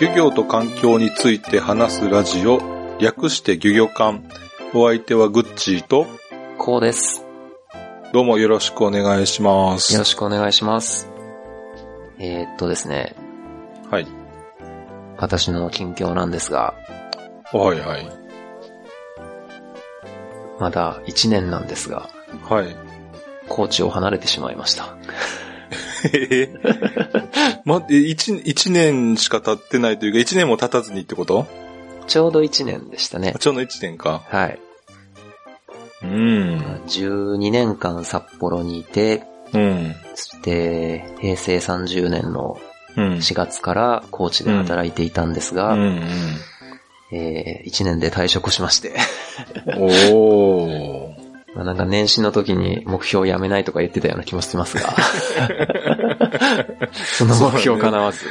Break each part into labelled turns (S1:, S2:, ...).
S1: 漁業と環境について話すラジオ、略して漁業館。お相手はグッチーと、
S2: こうです。
S1: どうもよろしくお願いしま
S2: よろ
S1: す。
S2: しくお願いします。えー、っとですね、
S1: はい。
S2: 私の近況なんですが、
S1: はいはい。
S2: まだ1年なんですが、
S1: はい。
S2: 高知を離れてしまいました。
S1: えま、え一、一年しか経ってないというか、一年も経たずにってこと
S2: ちょうど1年でしたね
S1: あ。ちょうど一年か。
S2: はい。
S1: うん。
S2: 12年間札幌にいて、
S1: うん。
S2: そして平成30年の
S1: うん。
S2: 4月から高知で働いていたんです
S1: う
S2: が、
S1: ん
S2: えー、1年で退職しまして、
S1: うん。おー。
S2: まあなんか年始の時に目標をやめないとか言ってたような気もしてま すが、 その目標叶わず、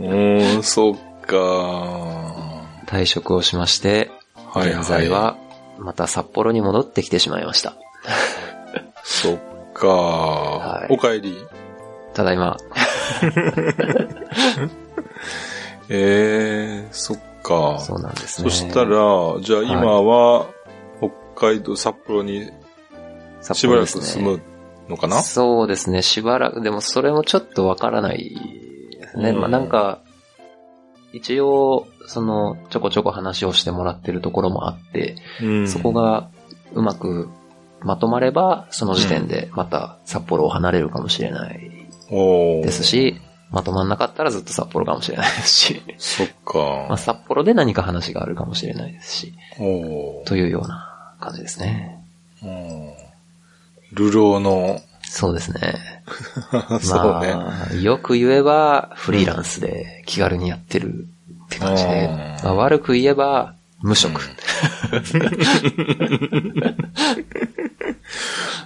S1: うーん、そっかは
S2: 退職をしまして、
S1: いはい。
S2: 現在。はまた札幌に戻ってきてしまいました。
S1: そっか、
S2: い
S1: お帰り。
S2: ただいま、
S1: ええー、そっか。
S2: そうなんです
S1: そ
S2: ね。
S1: したら、じゃあ今は、北海道、札幌にしば
S2: 札幌
S1: ら
S2: で
S1: く
S2: すね、
S1: 住むのかな、
S2: そうですね、しばらく、でもそれもちょっとわからないですね。
S1: うん
S2: まあなんか、一応、その、ちょこちょこ話をしてもらってるところもあって、
S1: うん
S2: そこ。がうまくまとまれば、その時点でまた札幌を離れるかもしれない
S1: おー
S2: です。し、まとまんなかったらずっと札幌かもしれないですし、
S1: そっ
S2: まあ
S1: か。
S2: 札幌で何か話があるかもしれないですし、
S1: おー
S2: というような感じですね。
S1: うん。流浪の、
S2: そうですね。
S1: そうね。
S2: まあ、よく言えば、フリーランスで気軽にやってるって感じで、
S1: うん
S2: まあ、悪く言えば、無職。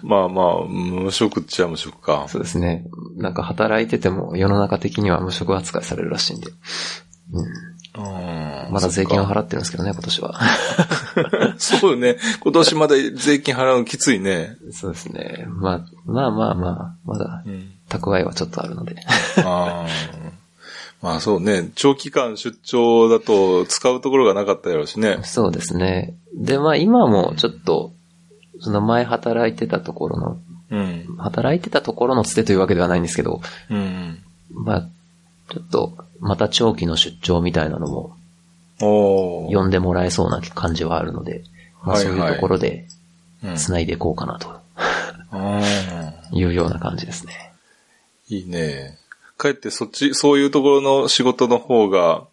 S1: まあまあ、無職っちゃ無職か。
S2: そうですね。なんか働いてても世の中的には無職扱いされるらしいんで。
S1: うん。
S2: まだ税金を払ってるんですけどね、今年は。
S1: そうね。今年まだ税金払うのきついね。
S2: そうですね。まあ、まあまあまあ、まだ
S1: うん。
S2: 蓄えはちょっとあるので。
S1: あーまあそうね。長期間出張だと使うところがなかったやろうしね。
S2: そうですね。で、まあ今もちょっと、その前働いてたところの、
S1: うん。
S2: 働いてたところのつてというわけではないんですけど、
S1: うん。
S2: まあ、ちょっと、また長期の出張みたいなのも、
S1: おー
S2: 呼んでもらえそうな感じはあるので、まあ、
S1: はい
S2: そう
S1: はい
S2: いうところで、
S1: うん
S2: 繋いでいこうかなと
S1: うん
S2: いうような感じですね。
S1: いいね。かえってそっち、そういうところの仕事の方が、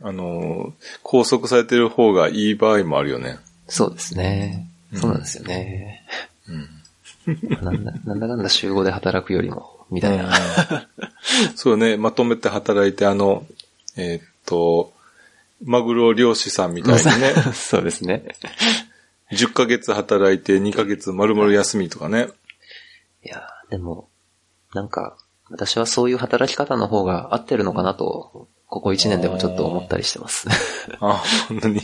S1: あの、拘束されてる方がいい場合もあるよね。
S2: そうですね。
S1: うん
S2: そうなんですよね。
S1: うん。
S2: なんだ、なんだかんだ集合で働くよりも、みたいな。
S1: うんそうね、まとめて働いて、あの、えーっと、マグロ漁師さんみたいに ね、
S2: そうですね。
S1: 10ヶ月働いて2ヶ月丸々休みとか ね。
S2: いやー、でも、なんか、私はそういう働き方の方が合ってるのかなと、ここ1年でもちょっと思ったりしてます。
S1: あ、本当に。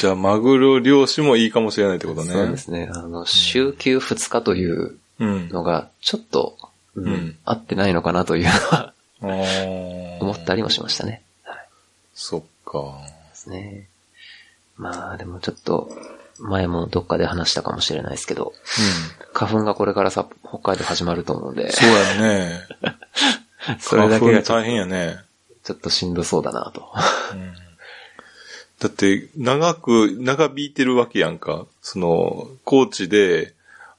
S1: じゃあ、マグロ漁師もいいかもしれないってことね。
S2: そうですね。あの、週休2日という
S1: うん。
S2: のが、ちょっと、うん
S1: うん
S2: 合ってないのかなというのは
S1: あー
S2: 思ったりもしましたね。はい。
S1: そっか。
S2: ですね。まあ、でもちょっと、前もどっかで話したかもしれないですけど、
S1: うん。
S2: 花粉がこれからさ、北海道始まると思うんで、
S1: そうやね。
S2: それだけがちょ
S1: 花粉大変やね。
S2: ちょっとしんどそうだなと。
S1: うんだって、長く、長引いてるわけやんか。その、高知で、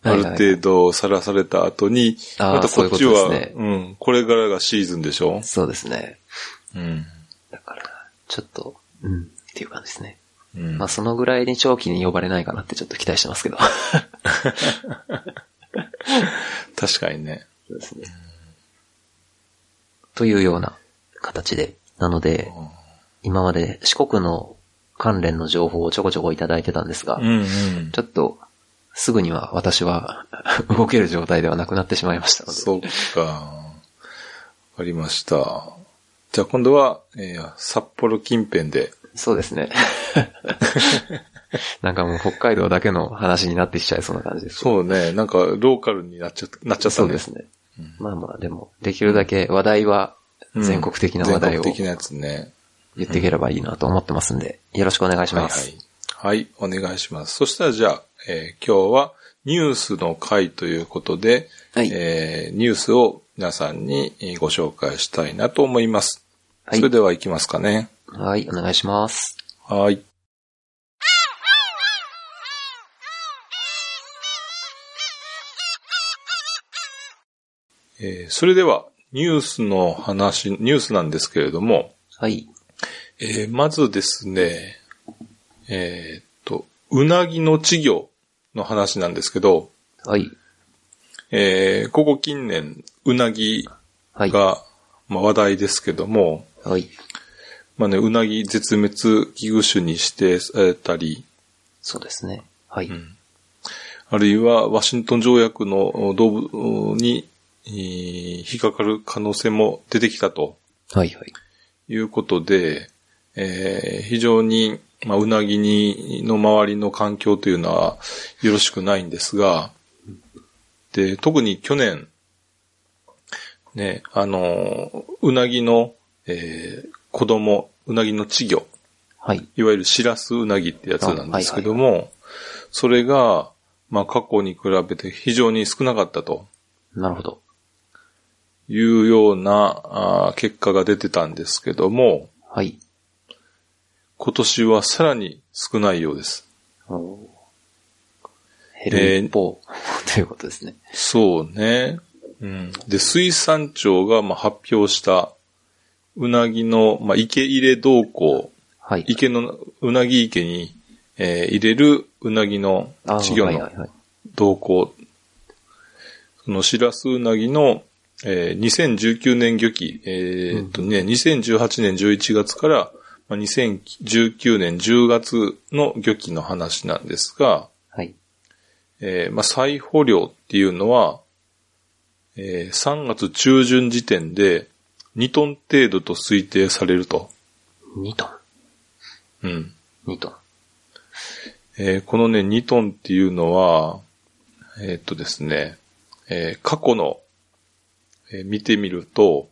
S1: ある程度さらされた後に、
S2: あー
S1: またこっち
S2: そ
S1: は、
S2: ういうことです
S1: うん、これからがシーズンでしょ
S2: そうですね。
S1: うん。
S2: だから、ちょっと、うん、っていう感じですね。
S1: うん
S2: まあ、そのぐらいに長期に呼ばれないかなってちょっと期待してま すけど。
S1: 確かにね。
S2: そうですね。 というような形で。なので、今まで四国の関連の情報をちょこちょこいただいてたんですが、
S1: うんうん。
S2: ちょっと、 すぐには私は動ける状態ではなくなってしまいましたので、
S1: そっか。ありました。じゃあ今度は、えー札幌近辺で、
S2: そうですね。 なんかもう北海道だけの話になってきちゃいそうな感じです。
S1: そうね、なんかローカルになっちゃった、なっちゃった
S2: そ
S1: ね。
S2: うですね。
S1: うん
S2: まあまあ、でも、できるだけ話題は
S1: うん
S2: 全国的な話題
S1: 全
S2: を
S1: 国的なやつね。
S2: 言っていければいいなと思ってますんで、よろしくお願いします。
S1: はい、はい。はい、お願いします。そしたらじゃあ、えー今日はニュースの回ということで、
S2: はい
S1: えーニュースを皆さんにえーご紹介したいなと思います。
S2: はい
S1: それでは行きますかね。
S2: はい、お願いします。
S1: はい。えーそれでは、ニュースの話、ニュースなんですけれども、
S2: はい。
S1: えーまずですね、えーっと、うなぎの稚魚の話なんですけど、
S2: はい。
S1: えーここ近年、うなぎ
S2: はい。
S1: が、まあ、話題ですけども、
S2: はい。
S1: まあね、うなぎ絶滅危惧種に指定されたり、
S2: そうですね。はい。
S1: んあるいはワシントン条約の動物に、えー引っかかる可能性も出てきたと
S2: はい、はい。
S1: いうことで、えー非常に、まあ、うなぎにの周りの環境というのはよろしくないんですが、で、特に去年、ね、あの、うなぎの、えー子供、うなぎの稚魚、
S2: はい。
S1: いわゆるシラスウナギってやつなんですけども、それが、まあ過去に比べて非常に少なかったと
S2: なるほど。
S1: いうようなあー結果が出てたんですけども、
S2: はい。
S1: 今年はさらに少ないようです。
S2: おー減る一方、 ということですね。
S1: そうね。うん、で、水産庁がまあ発表した、うなぎの、まあ、池入れ動向、
S2: はい。
S1: 池の、うなぎ池に、えー入れるうなぎの
S2: あー
S1: 稚魚
S2: はい
S1: の
S2: はいはい。
S1: 動向。そのシラスウナギの、えー2019年漁期、えーっとね、2018年11月から、まあ、2019年10月の漁期の話なんですが、
S2: はい。
S1: えーまあ、再捕量っていうのは、えー3月中旬時点で2トン程度と推定されると。
S2: 2ト
S1: うん。
S2: ン。2トン。
S1: えーこのね、2トンっていうのは、えーっとですね、えー過去の、えー見てみると、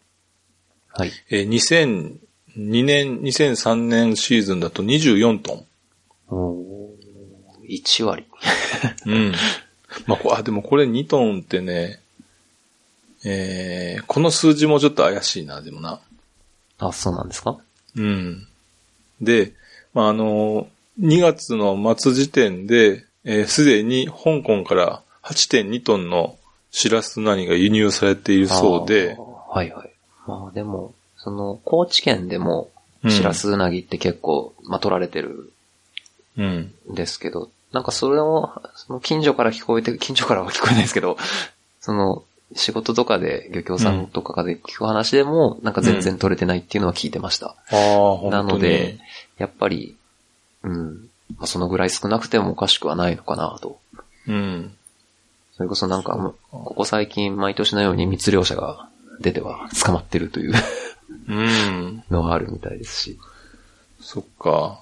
S2: はい。
S1: えー2002年、2003年シーズンだと24トン。
S2: お1割。
S1: うん。まあこ、あ、でもこれ2トンってね、えーこの数字もちょっと怪しいな、でもな。
S2: あ、そうなんですか
S1: うん。で、まあ、あの、2月の末時点で、えーすでに香港から8.2トンのシラスナニが輸入されているそうで
S2: あ、ーはいはい。まあでも、その、高知県でも、
S1: うん
S2: シラスウナギって結構、まあ取られてる
S1: うん。
S2: んですけど、なんかそれを、その近所から聞こえて、 近所からは聞こえないですけど、その、仕事とかで、漁協さんとかで聞く話でも、なんか全然取れてないっていうのは聞いてました。
S1: ああ、本当に。
S2: なので、やっぱり、うん、まあそのぐらい少なくてもおかしくはないのかなと。
S1: うん。
S2: それこそなんかもう、ここ最近毎年のように密漁者が出ては捕まってるという
S1: うん。
S2: のがあるみたいですし。
S1: そっか。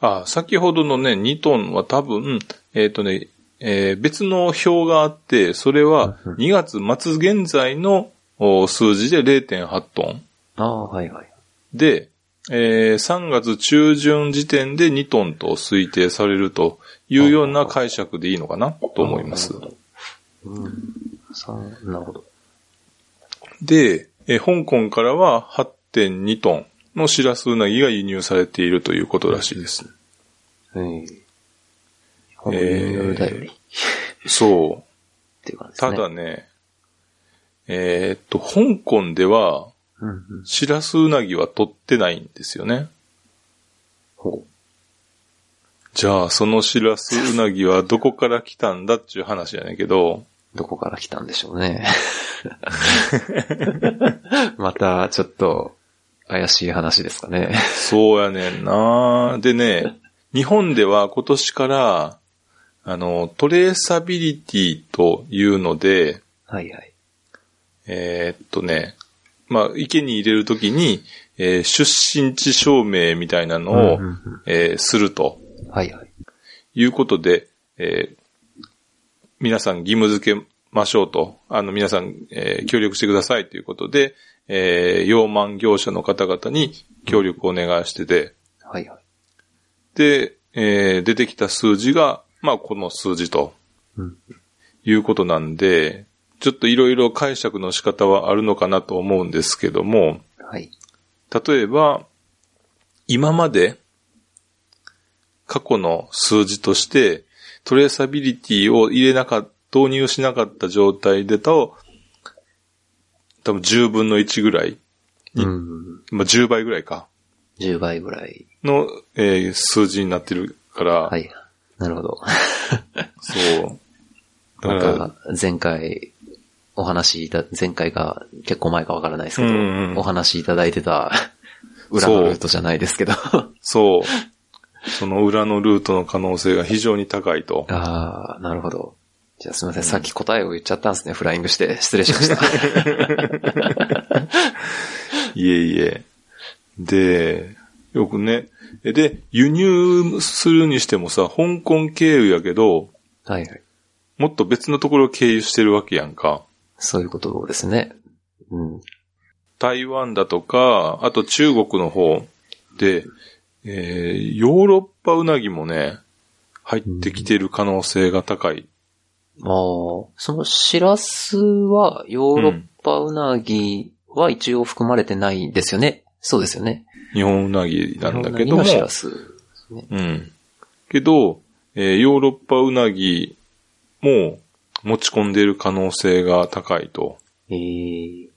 S1: あ、先ほどのね、2トンは多分、えっ、とね、えー別の表があって、それは
S2: うんうん
S1: 2月末現在のお数字で0.8トン。
S2: ああ、はいはい。
S1: で、えー3月中旬時点で2トンと推定されるというような解釈でいいのかなと思います。
S2: うん。そう、なるほど。
S1: で、えー香港からは8.2トンのシラスウナギが輸入されているということらしいです。
S2: ええ。ほぼ輸入だよりっ
S1: そう。
S2: ていう感じです
S1: た
S2: ね。
S1: だね、えーっと、香港では、
S2: うんうん。
S1: シラスウナギは取ってないんですよね。
S2: ほ
S1: じゃあ、そのシラスウナギはどこから来たんだっていう話やねんけど、
S2: う。どこから来たんでしょ うね。また、ちょっと、怪しい話ですかね。
S1: そうやねんなでね、日本では今年から、あの、トレーサビリティというので、
S2: はいはい。
S1: えーっとね、まあ、池に入れるときに、えー出身地証明みたいなのを、
S2: うんうん
S1: えーすると
S2: うんはいはい。
S1: いうことで、えー皆さん義務付けましょうと、あの、皆さん、えー協力してくださいということで、えー、養満業者の方々に協力をお願いしてて、
S2: はいはい。
S1: で、えー出てきた数字が、まあ、この数字と
S2: うん。
S1: いうことなんで、ちょっといろいろ解釈の仕方はあるのかなと思うんですけども、
S2: はい。
S1: 例えば、今まで過去の数字としてトレーサビリティを入れなかっ導入しなかった状態でと、多分10分の1ぐらい、
S2: うん。
S1: まあ、10倍ぐらいか、
S2: 10倍ぐらい。
S1: の、えー数字になってるから、
S2: はい。なるほど。
S1: そう。
S2: な
S1: だ
S2: ん
S1: から
S2: か、前回、お話しいた、前回が結構前かわからないですけど、
S1: うんうん
S2: お話しいただいてた、裏のルートじゃないですけど。あ
S1: そう。その裏のルートの可能性が非常に高い と。
S2: あー、なるほど。じゃあすみません、さっき答えを言っちゃったんですね、フライングして。 失礼しま した。
S1: いえいえ。で、よくね。えで、輸入するにしてもさ、香港経由やけど、
S2: はいはい。
S1: もっと別のところを経由してるわけやんか。
S2: そういうことですね。うん。
S1: 台湾だとか、あと中国の方で、えーヨーロッパウナギもね、入ってきてる可能性が高い。
S2: ああ、そのシラスは、ヨーロッパウナギは一応含まれてないですよね。そうですよね。
S1: 日本ウナギなんだけ
S2: 日
S1: ども、
S2: 本ウナギのシラス。
S1: うん。けど、えーヨーロッパウナギも持ち込んでる可能性が高いと。
S2: ええ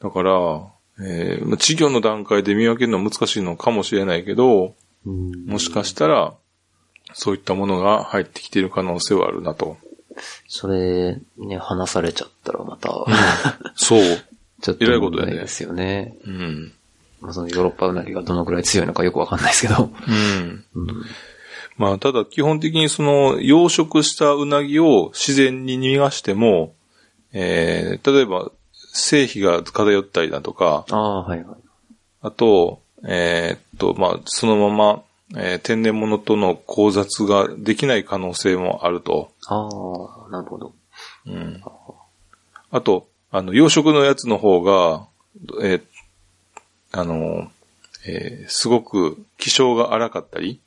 S1: だから、えーまあ稚魚の段階で見分けるのは難しいのかもしれないけど、
S2: うん
S1: もしかしたら、そういったものが入ってきている可能性はあるなと。
S2: それ、ね、話されちゃったらまた、
S1: そう。
S2: ちょっと
S1: えらいことやね
S2: 問題ですよね。
S1: うん。
S2: まあ、そのヨーロッパウナギがどのくらい強いのかよくわかんないですけど。
S1: うん。
S2: うん
S1: まあ、ただ基本的にその養殖したウナギを自然に逃がしても、えー例えば、製費が偏ったりだとか、
S2: ああ、はいはい。
S1: あと、えーっと、まあ、そのまま、えー天然物との交雑ができない可能性もあると。
S2: ああ、なるほど。
S1: うん。あと、あの、養殖のやつの方が、えーあの、えーすごく気性が荒かったり、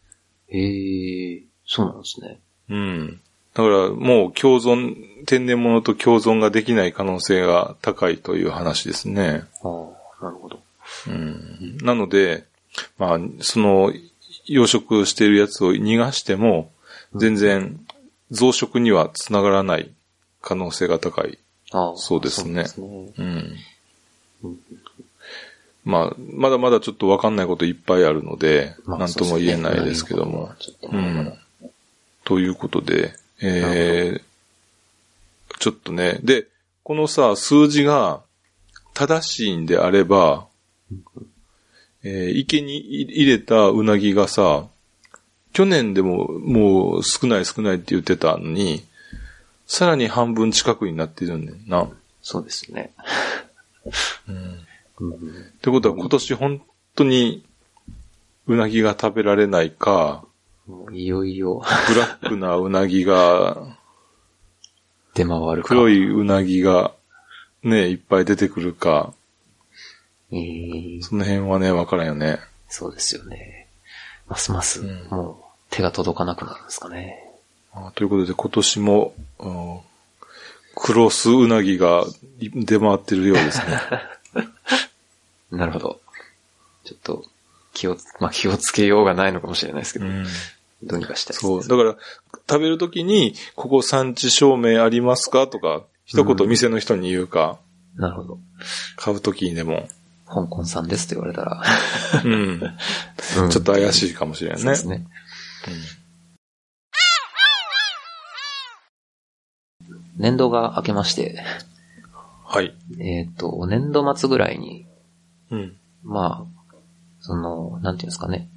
S2: ええそうなんですね。
S1: うん。だからもう共存、天然物と共存ができない可能性が高いという話ですね。
S2: ああ、なるほど。
S1: うん。なので、まあ、その、養殖しているやつを逃がしても、全然増殖にはつながらない可能性が高い。
S2: ああ、
S1: そうですね
S2: そうなんですね
S1: うん
S2: うん。
S1: まあ、まだまだちょっとわかんないこといっぱいあるので、
S2: まあ
S1: なんとも言えないですけども。。
S2: そうで
S1: う
S2: すねウナギのことはちょっとまだまだ
S1: ん。ということで、
S2: な
S1: えー、ちょっとね、で、このさ、数字が正しいんであれば、えー池に入れたうなぎがさ、去年でももう少ない少ないって言ってたのに、さらに半分近くになってるんだよな。っ
S2: そうですね。うん
S1: てことは今年本当にうなぎが食べられないか、
S2: もういよいよ
S1: ブラックなうなぎが
S2: 出回る か。
S1: 黒。いうなぎがね、いっぱい出てくるか、
S2: ええ
S1: その辺はね、わからんよね。
S2: そうですよね。ますます、
S1: うん
S2: もう手が届かなくなるんですかね。
S1: あということで今年も、うんクロスうなぎがい出回ってるようですね。
S2: なるほど。ちょっと、気を、まあ、気をつけようがないのかもしれないです
S1: う
S2: けど、
S1: ん
S2: どうにかしたいです
S1: そ
S2: ね、
S1: う。だから、食べるときに、ここ産地証明ありますかとか、一言店の人に言うか、
S2: なるほど。
S1: 買うときにでも、
S2: 香港さんですと言われたら、
S1: うん、ち
S2: う
S1: ょ
S2: ん
S1: っと怪しいかもしれない
S2: そ
S1: ね
S2: うで。すね。年度が明けまして、
S1: はい。
S2: えっ、と、年度末ぐらいに、
S1: うん。
S2: まあ、その、なんていうんですかね。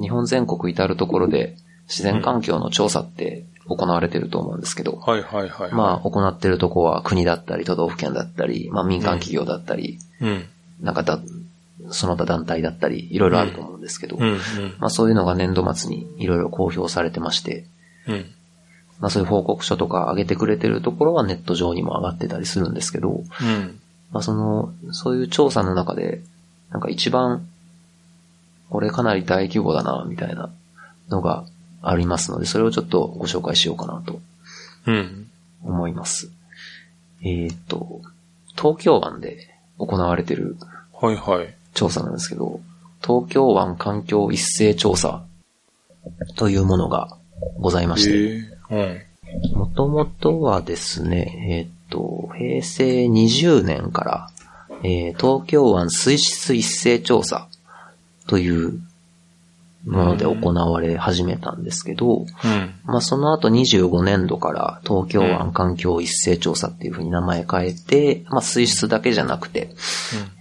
S2: 日本全国至るところで自然環境の調査って行われてると思うんですけど、
S1: はいはいはい。
S2: まあ、行ってるとこは国だったり、都道府県だったり、まあ、民間企業だったり、
S1: あ、うん。
S2: なんかだ、その他団体だったり、いろいろあると思うんですけど、
S1: うんうん。
S2: まあ、そういうのが年度末にいろいろ公表されてまして、
S1: うん。
S2: まあ、そういう報告書とか上げてくれてるところはネット上にも上がってたりするんですけど、
S1: うん。
S2: まあ、その、そういう調査の中で、なんか一番、これかなり大規模だな、みたいなのがありますので、それをちょっとご紹介しようかなと
S1: うん。
S2: 思います。えーっと、東京湾で行われてる
S1: はいはい。
S2: 調査なんですけど、東京湾環境一斉調査というものがございまして、
S1: ええ
S2: もともとはですね、えーっと、平成20年から、えー東京湾水質一斉調査というもので行われ始めたんですけ
S1: う
S2: ど、
S1: ん。うん。
S2: まあ、その後25年度から東京湾環境一斉調査っていうふうに名前変えて、まあ、水質だけじゃなくて、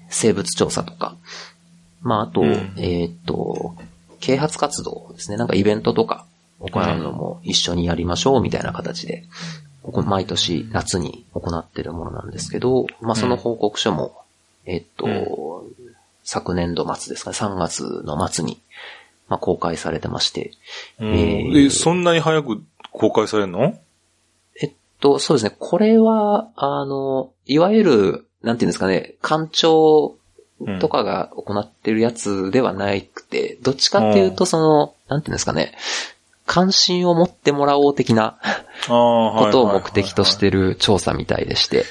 S2: 生物調査とか、まあ、あと、
S1: うん
S2: えーっと、啓発活動ですね。なんかイベントとか行うのも一緒にやりましょうみたいな形で、ここ毎年夏に行ってるものなんですけど、まあ、その報告書も、えーっと、昨年度末ですかね、3月の末に、まあ、公開されてまして、
S1: うん。
S2: え
S1: うん
S2: ー
S1: え、そんなに早く公開されるの
S2: えっと、そうですね。これは、あの、いわゆる、なんていうんですかね、官庁とかが行ってるやつではなくて、どっちかっていうと、その、なんていうんですかね、関心を持ってもらおう的なこ
S1: こと
S2: を目的とし。てる調査みたいでして。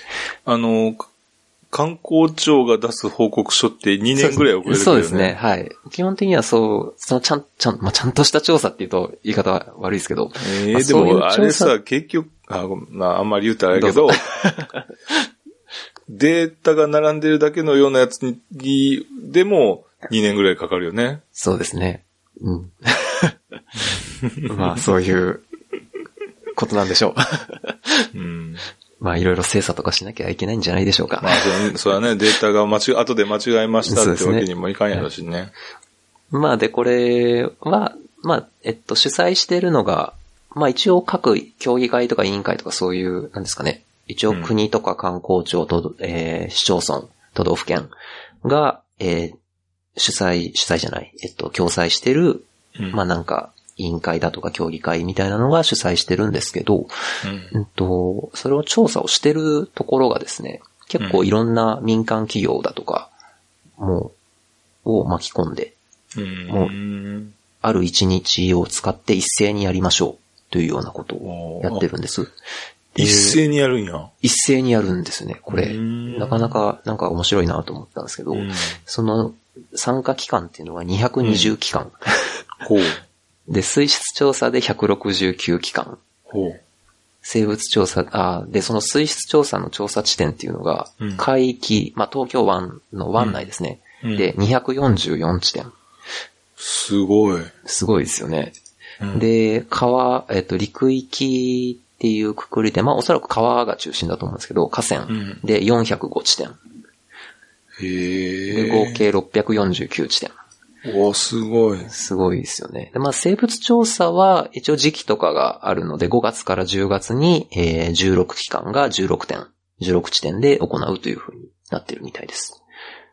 S1: あの、か観光庁が出す報告書って2年ぐらい遅れてる
S2: そう
S1: よね。
S2: ですね。。はい。基本的にはそう、そのちゃん、ちゃん、まあ、ちゃんとした調査っていうと言い方は悪いですけど、
S1: ええ
S2: まあ
S1: で
S2: そういう調
S1: も、
S2: 査
S1: あれさ、結局、あ、ごめんまあ、あんまり言うたらあれやけど、 データが並んでるだけのようなやつに、でも、2年ぐらいかかるよね。
S2: そうですね。 うん。まあ、そういうことなんでしょう。
S1: うん。
S2: まあいろいろ精査とかしなきゃいけないんじゃないでしょうか。
S1: まあ、そそれはね、データが間違、後で間違えました
S2: そう
S1: っ
S2: で
S1: て
S2: すね
S1: わけにもいかんやろしね。
S2: まあで、これは、まあ、えっと、主催しているのが、まあ一応各競技会とか委員会とかそういう、なんですかね。一応国とか観光庁と、えー市町村、都道府県が、えー主催、主催じゃない、えっと、共催してる、
S1: うん
S2: まあなんか、委員会だとか競技会みたいなのが主催してるんですけど、
S1: うん
S2: うんと、それを調査をしてるところがですね、結構いろんな民間企業だとか、もう、を巻き込んで、もう
S1: うん。
S2: ある一日を使って一斉にやりましょうというようなことをやってるんです。で
S1: 一斉にやるんや。
S2: 一斉にやるんですね、これ。な
S1: な
S2: かなか、なんか面白いなと思ったんですけど、その参加期間っていうのが220期間。
S1: ほう。
S2: で、水質調査で169期間。
S1: ほう。
S2: 生物調査、あで、その水質調査の調査地点っていうのが
S1: うん、
S2: 海域、まあ、東京湾の湾内ですね。
S1: うん
S2: で、244地点。
S1: すごい。
S2: すごいですよね。
S1: うん、
S2: で、川、えっと、陸域っていうくくりで、まあ、おそらく川が中心だと思うんですけど、河川
S1: うん
S2: で405地点。
S1: へ
S2: で、
S1: え。
S2: 合計649地点。
S1: うわ、すごい。
S2: すごいですよね。で、まあ、生物調査は、一応時期とかがあるので、5月から10月に、えー、16期間が16点、16地点で行うというふうになってるみたいです。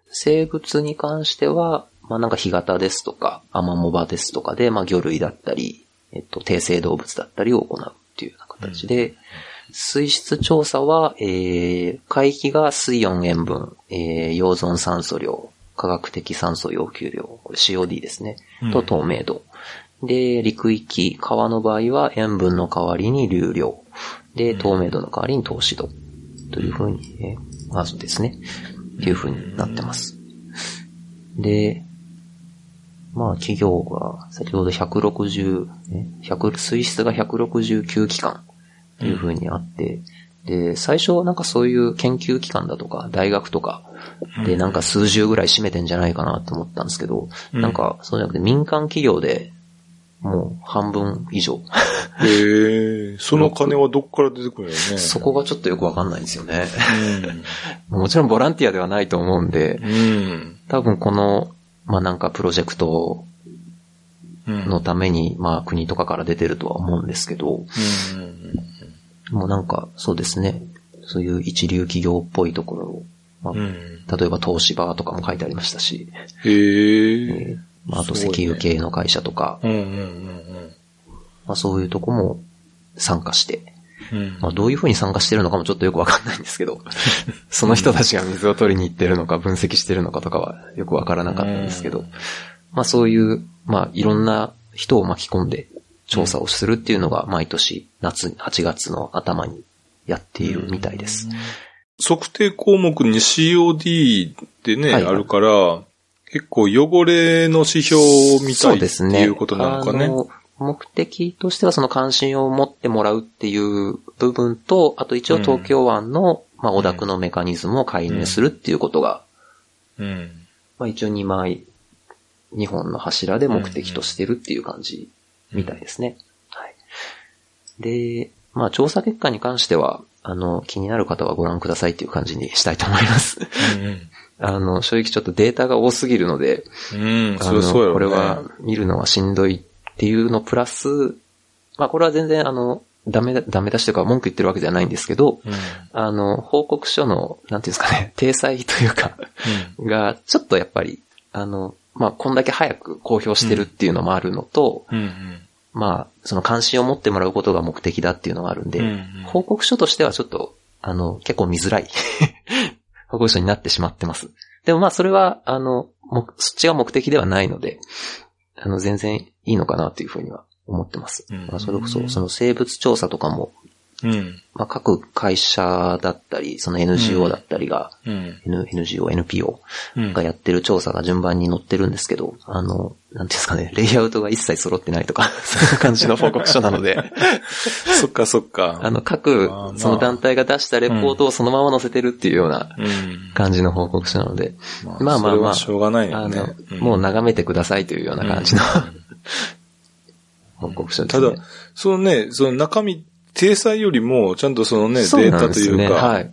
S2: 生物に関しては、まあ、なんか干潟ですとか、アマモ場ですとかで、まあ、魚類だったり、えっと、低生動物だったりを行うっていうような形で、水質調査は、えー海域が水温塩分、えー溶存酸素量、化学的酸素要求量、これ COD ですね。と透明度。で、陸域、川の場合は塩分の代わりに流量。で、
S1: うん
S2: 透明度の代わりに透視度。というふうに、えーまずですね。っていうふうになってます。で、まあ企業が、先ほど160、ね、100水質が169機関というふうにあって、で、最初はなんかそういう研究機関だとか、大学とか、で、なんか数十ぐらい占めてんじゃないかなと思ったんですけど、
S1: うん
S2: なんか、そうじゃなくて民間企業で、もう半分以上。
S1: へえ。その金はどっから出てくるんやろね。
S2: そこがちょっとよくわかんないんですよね。
S1: うん。
S2: もちろんボランティアではないと思うんで、
S1: うん。
S2: 多分この、まあ、なんかプロジェクト
S1: うん。
S2: のために、まあ国とかから出てるとは思うんですけど、
S1: うんうんうん
S2: もうなんかそうですね、そういう一流企業っぽいところを、まあ
S1: うん。
S2: 例えば東芝とかも書いてありましたし、え
S1: へえ。
S2: ーまあ、あと
S1: す
S2: 石
S1: ごいね
S2: 油系の会社とか、
S1: うんうんうん
S2: まあ、そういうとこも参加して、
S1: うん。うん
S2: まあ、どういう風に参加してるのかもちょっとよくわかんないんです けど、その人たちが水を取りに行ってるのか分析してるのかとかはよくわからなかったんですけ
S1: う
S2: ど
S1: ん、
S2: まあそういう、まあいろんな人を巻き込んで調査をするっていうのが毎年夏、8月の頭にやっているみたいです。。
S1: 測定項目に COD でね、
S2: はい
S1: あるから、結構汚れの指標を見た
S2: そう
S1: い
S2: で
S1: って
S2: すね。
S1: いうことなのかね。
S2: あの目的としてはその関心を持ってもらうっていう部分と、あと一応東京湾の、まあ、お宅のメカニズムを解明するっていうことが、
S1: うん。
S2: まあ、一応2枚、2本の柱で目的としてるっていう感じみたいですね。はい。で、まあ、調査結果に関しては、あの、気になる方はご覧くださいっていう感じにしたいと思います。
S1: うん
S2: あの、正直ちょっとデータが多すぎるので、
S1: うん。うん、
S2: あ
S1: そり
S2: の
S1: ゃそうやろうね。
S2: これは見るのはしんどいっていうのプラス、まあこれは全然あの、ダメだ、ダメ出しというか文句言ってるわけじゃないんですけど、
S1: うん、
S2: あの、報告書の、なんていうんですかね、 体裁というか、 が、ちょっとやっぱり、あの、まあこんだけ早く公表してるっていうのもあるのと、
S1: うん。うん。
S2: まあ、その関心を持ってもらうことが目的だっていうのがあるんで、
S1: うんうん
S2: 報告書としてはちょっと、あの、結構見づらい 報告書になってしまってます。でもまあ、それは、あの、もそっちが目的ではないので、あの、全然いいのかなというふうには思ってます。
S1: うん
S2: まあ、それこそ、その生物調査とかも、
S1: うん。
S2: まあ、各会社だったり、その NGO だったりが、
S1: うん。
S2: N- NGO、NPO
S1: うん
S2: がやってる調査が順番に載ってるんですけど、あの、なんていうんですかね、レイアウトが一切揃ってないとか、 そういう感じの報告書なので、
S1: そっかそっか。
S2: あの、各
S1: あーま、あ
S2: その団体が出したレポートをそのまま載せてるっていうような
S1: うん。
S2: 感じの報告書なので、ま
S1: ま
S2: あ
S1: あ
S2: ま
S1: まあ
S2: あまあ
S1: しょうがない
S2: あ
S1: よね
S2: の。、
S1: ん
S2: もう眺めてくださいというような感じの 報告書ですね。
S1: ただ、そのね、その中身、体裁よりも、ちゃんとそのね、
S2: そう
S1: デー
S2: なん
S1: タ
S2: で
S1: と
S2: す
S1: い
S2: よね
S1: うか、
S2: はい。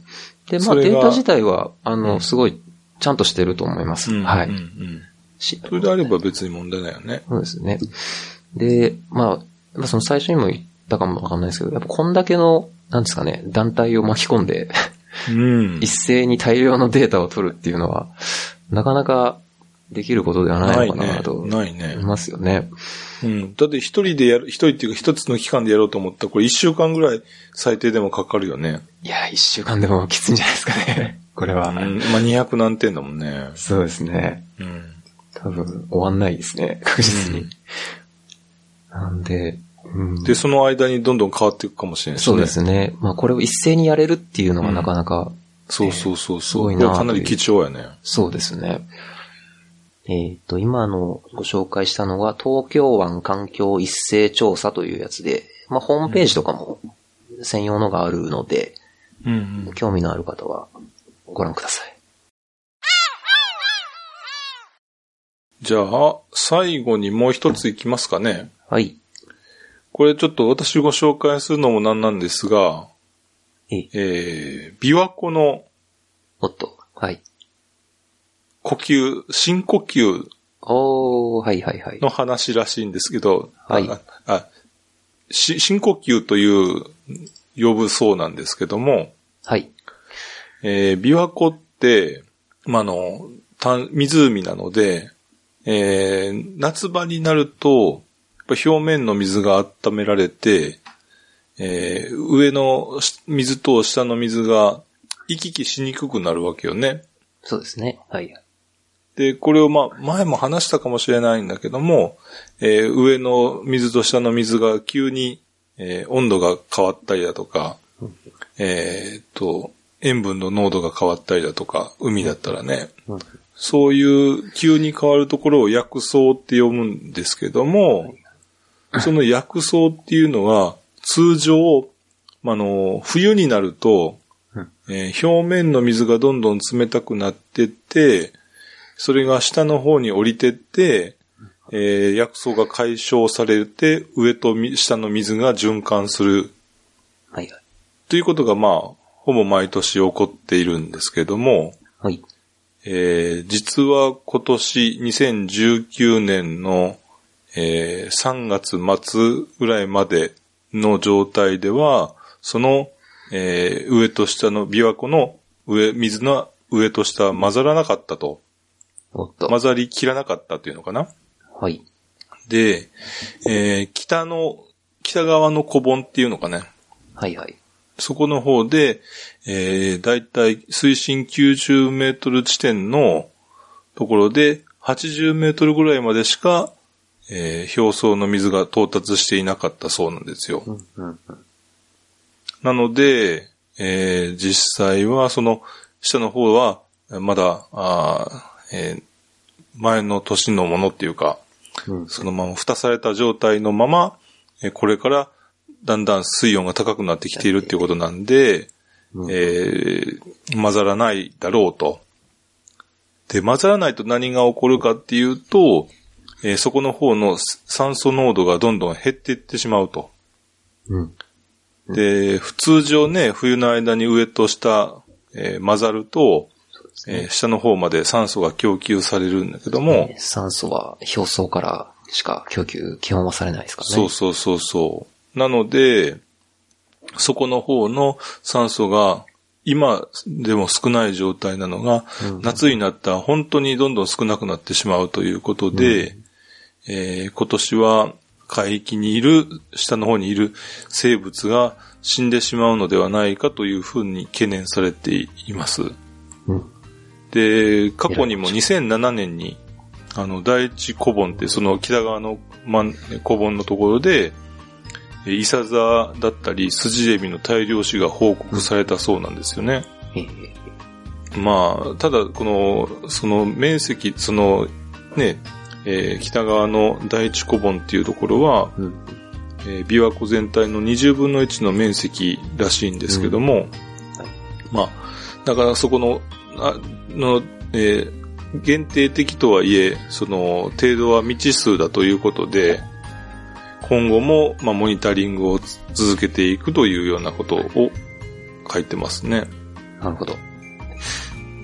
S2: で、まあ
S1: それ
S2: デ
S1: が
S2: ータ自体は、あ
S1: う
S2: の、
S1: ん
S2: すごい、ちゃんとしてると思います。
S1: うん
S2: は
S1: う
S2: い。
S1: ん
S2: し
S1: うん。それであれば別に問題ないよね。
S2: そうですね。で、まあ、まあ、その最初にも言ったかもわかんないですけど、やっぱこんだけの、なんですかね、団体を巻き込んで、
S1: うん
S2: 一。斉に大量のデータを取るっていうのは、なかなかできることではないのかなと思
S1: ないね。ない
S2: い
S1: ね。
S2: ますよね。
S1: うん。だって一人でやる、一人っていうか一つの期間でやろうと思ったら、これ一週間ぐらい最低でもかかるよね。
S2: いや、一週間でもきついんじゃないですか ね。これは。
S1: うん。まあ200何点だもんね。
S2: そうですね。
S1: うん。
S2: 多分、終わんないですね。確実に。
S1: うん
S2: なんで、うん
S1: で、その間にどんどん変わっていくかもしれないしね。
S2: そうですね。まあ、これを一斉にやれるっていうのがなかなか、
S1: そうそうそう
S2: す
S1: そう。
S2: ごい
S1: こ
S2: な
S1: れはかなり貴重やね。
S2: そうですね。えっ、と、今のご紹介したのが、東京湾環境一斉調査というやつで、まあ、ホームページとかも専用のがあるので、
S1: うん
S2: 興味のある方はご覧ください。
S1: じゃあ、最後にもう一ついきますかね。
S2: はい。
S1: これちょっと私ご紹介するのもなんなんですが、
S2: え
S1: えー、琵琶湖の
S2: おっと。はい。
S1: 呼吸、深呼吸
S2: おー、はいはいはい。
S1: の話らしいんですけど、
S2: はい
S1: ああし深呼吸という呼ぶそうなんですけども、
S2: はい。
S1: えー、琵琶湖って、まあ、あの、た湖なので、えー、夏場になると、やっぱ表面の水が温められて、えー、上のし水と下の水が行き来しにくくなるわけよね。
S2: そうですね。はい。
S1: で、これをまあ、前も話したかもしれないんだけども、えー上の水と下の水が急に、えー温度が変わったりだとか、えーっと、塩分の濃度が変わったりだとか、海だったらね、
S2: うん
S1: そういう急に変わるところを薬草って呼ぶんですけども、その薬草っていうのは、通常、まああの、冬になると
S2: うん、
S1: えー表面の水がどんどん冷たくなってって、それが下の方に降りてって、えー薬草が解消されて、上とみ下の水が循環する
S2: はいはい。
S1: ということが、まあ、ほぼ毎年起こっているんですけども、
S2: はい。
S1: えー実は今年2019年の、えー3月末ぐらいまでの状態では、その、えー上と下の、琵琶湖の上、水の上と下は混ざらなかったと。
S2: おっと。
S1: 混ざりきらなかったというのかな。
S2: はい。
S1: で、えー北の、北側の古盆っていうのかね。
S2: はいはい。
S1: そこの方で、えー、だいたい水深90メートル地点のところで、80メートルぐらいまでしか、えー表層の水が到達していなかったそうなんですよ。
S2: うんうんうん。
S1: なので、えー実際はその下の方は、まだ、あーえー前の年のものっていうか、
S2: うん
S1: そのまま蓋された状態のまま、えーこれからだんだん水温が高くなってきているっていうことなんで、
S2: うん
S1: えー混ざらないだろうと。で、混ざらないと何が起こるかっていうと、えーそこの方の酸素濃度がどんどん減っていってしまうと。
S2: うん。
S1: で、普通上ね、冬の間に上と下、えー混ざると、
S2: そうですね
S1: えー下の方まで酸素が供給されるんだけども、
S2: 酸素は表層からしか供給、基本はされないですからね。
S1: そうそうそうそう。なので、そこの方の酸素が、今でも少ない状態なのが、
S2: うん
S1: 夏になったら本当にどんどん少なくなってしまうということで、えー今年は海域にいる、下の方にいる生物が死んでしまうのではないかというふうに懸念されています。
S2: うん。
S1: で、過去にも2007年に、あの、第一古盆って、その北側の、ま、古盆のところで、えイサザだったり、スジエビの大量死が報告されたそうなんですよね。
S2: ええ
S1: まあ、ただ、この、その面積、その、ね、えー北側の第一古盆っていうところは、
S2: うん。
S1: えー琵琶湖全体の20分の1の面積らしいんですけども、まあ、だからそこの、あの、えー限定的とはいえ、その、程度は未知数だということで、今後も、まあ、モニタリングをつ続けていくというようなことを書いてますね。
S2: なるほど。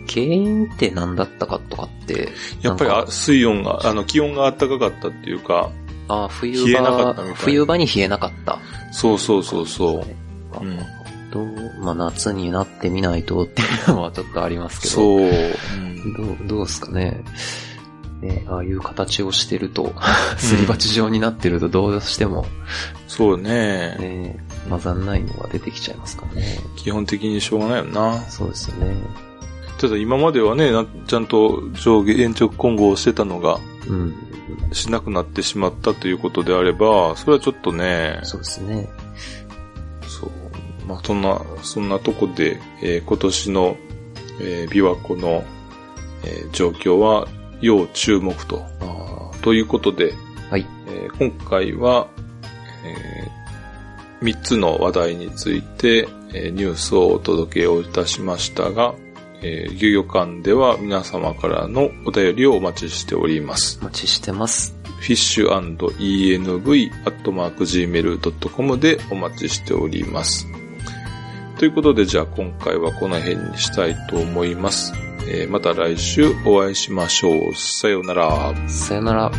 S2: 原因って何だったかとかって、
S1: やっぱり
S2: なん
S1: あ水温が、あの、気温が暖かかったっていうか、
S2: ああ、冬場、
S1: 冷えなかったみたいな
S2: 冬場に冷えなかった。
S1: そうそうそうそう。
S2: あ
S1: うん
S2: どう、まあ夏になってみないとっていうのはちょっとありますけど。
S1: そう。
S2: どう、どうですかね。ね、ああいう形をしてると、すり鉢状になってるとどうしても、
S1: そうね。
S2: ね、混ざんないのが出てきちゃいますからね。
S1: 基本的にしょうがないよな。
S2: そうですよね。
S1: ただ今まではね、なちゃんと上下延直混合をしてたのが
S2: うん。
S1: しなくなってしまったということであれば、それはちょっとね、
S2: そうですね。
S1: そう。まあ、そんな、そんなとこで、えー今年の、えー琵琶湖の、えー状況は要注目と。あーということで、
S2: はい。
S1: えー今回は、え3つの話題について、えーニュースをお届けをいたしましたが、えー、遊漁館では皆様からのお便りをお待ちしております。
S2: お待ちしてます。
S1: fish&env.gmail.com でお待ちしております。ということで、じゃあ今回はこの辺にしたいと思います。えーまた来週お会いしましょう。さようなら。
S2: さよなら。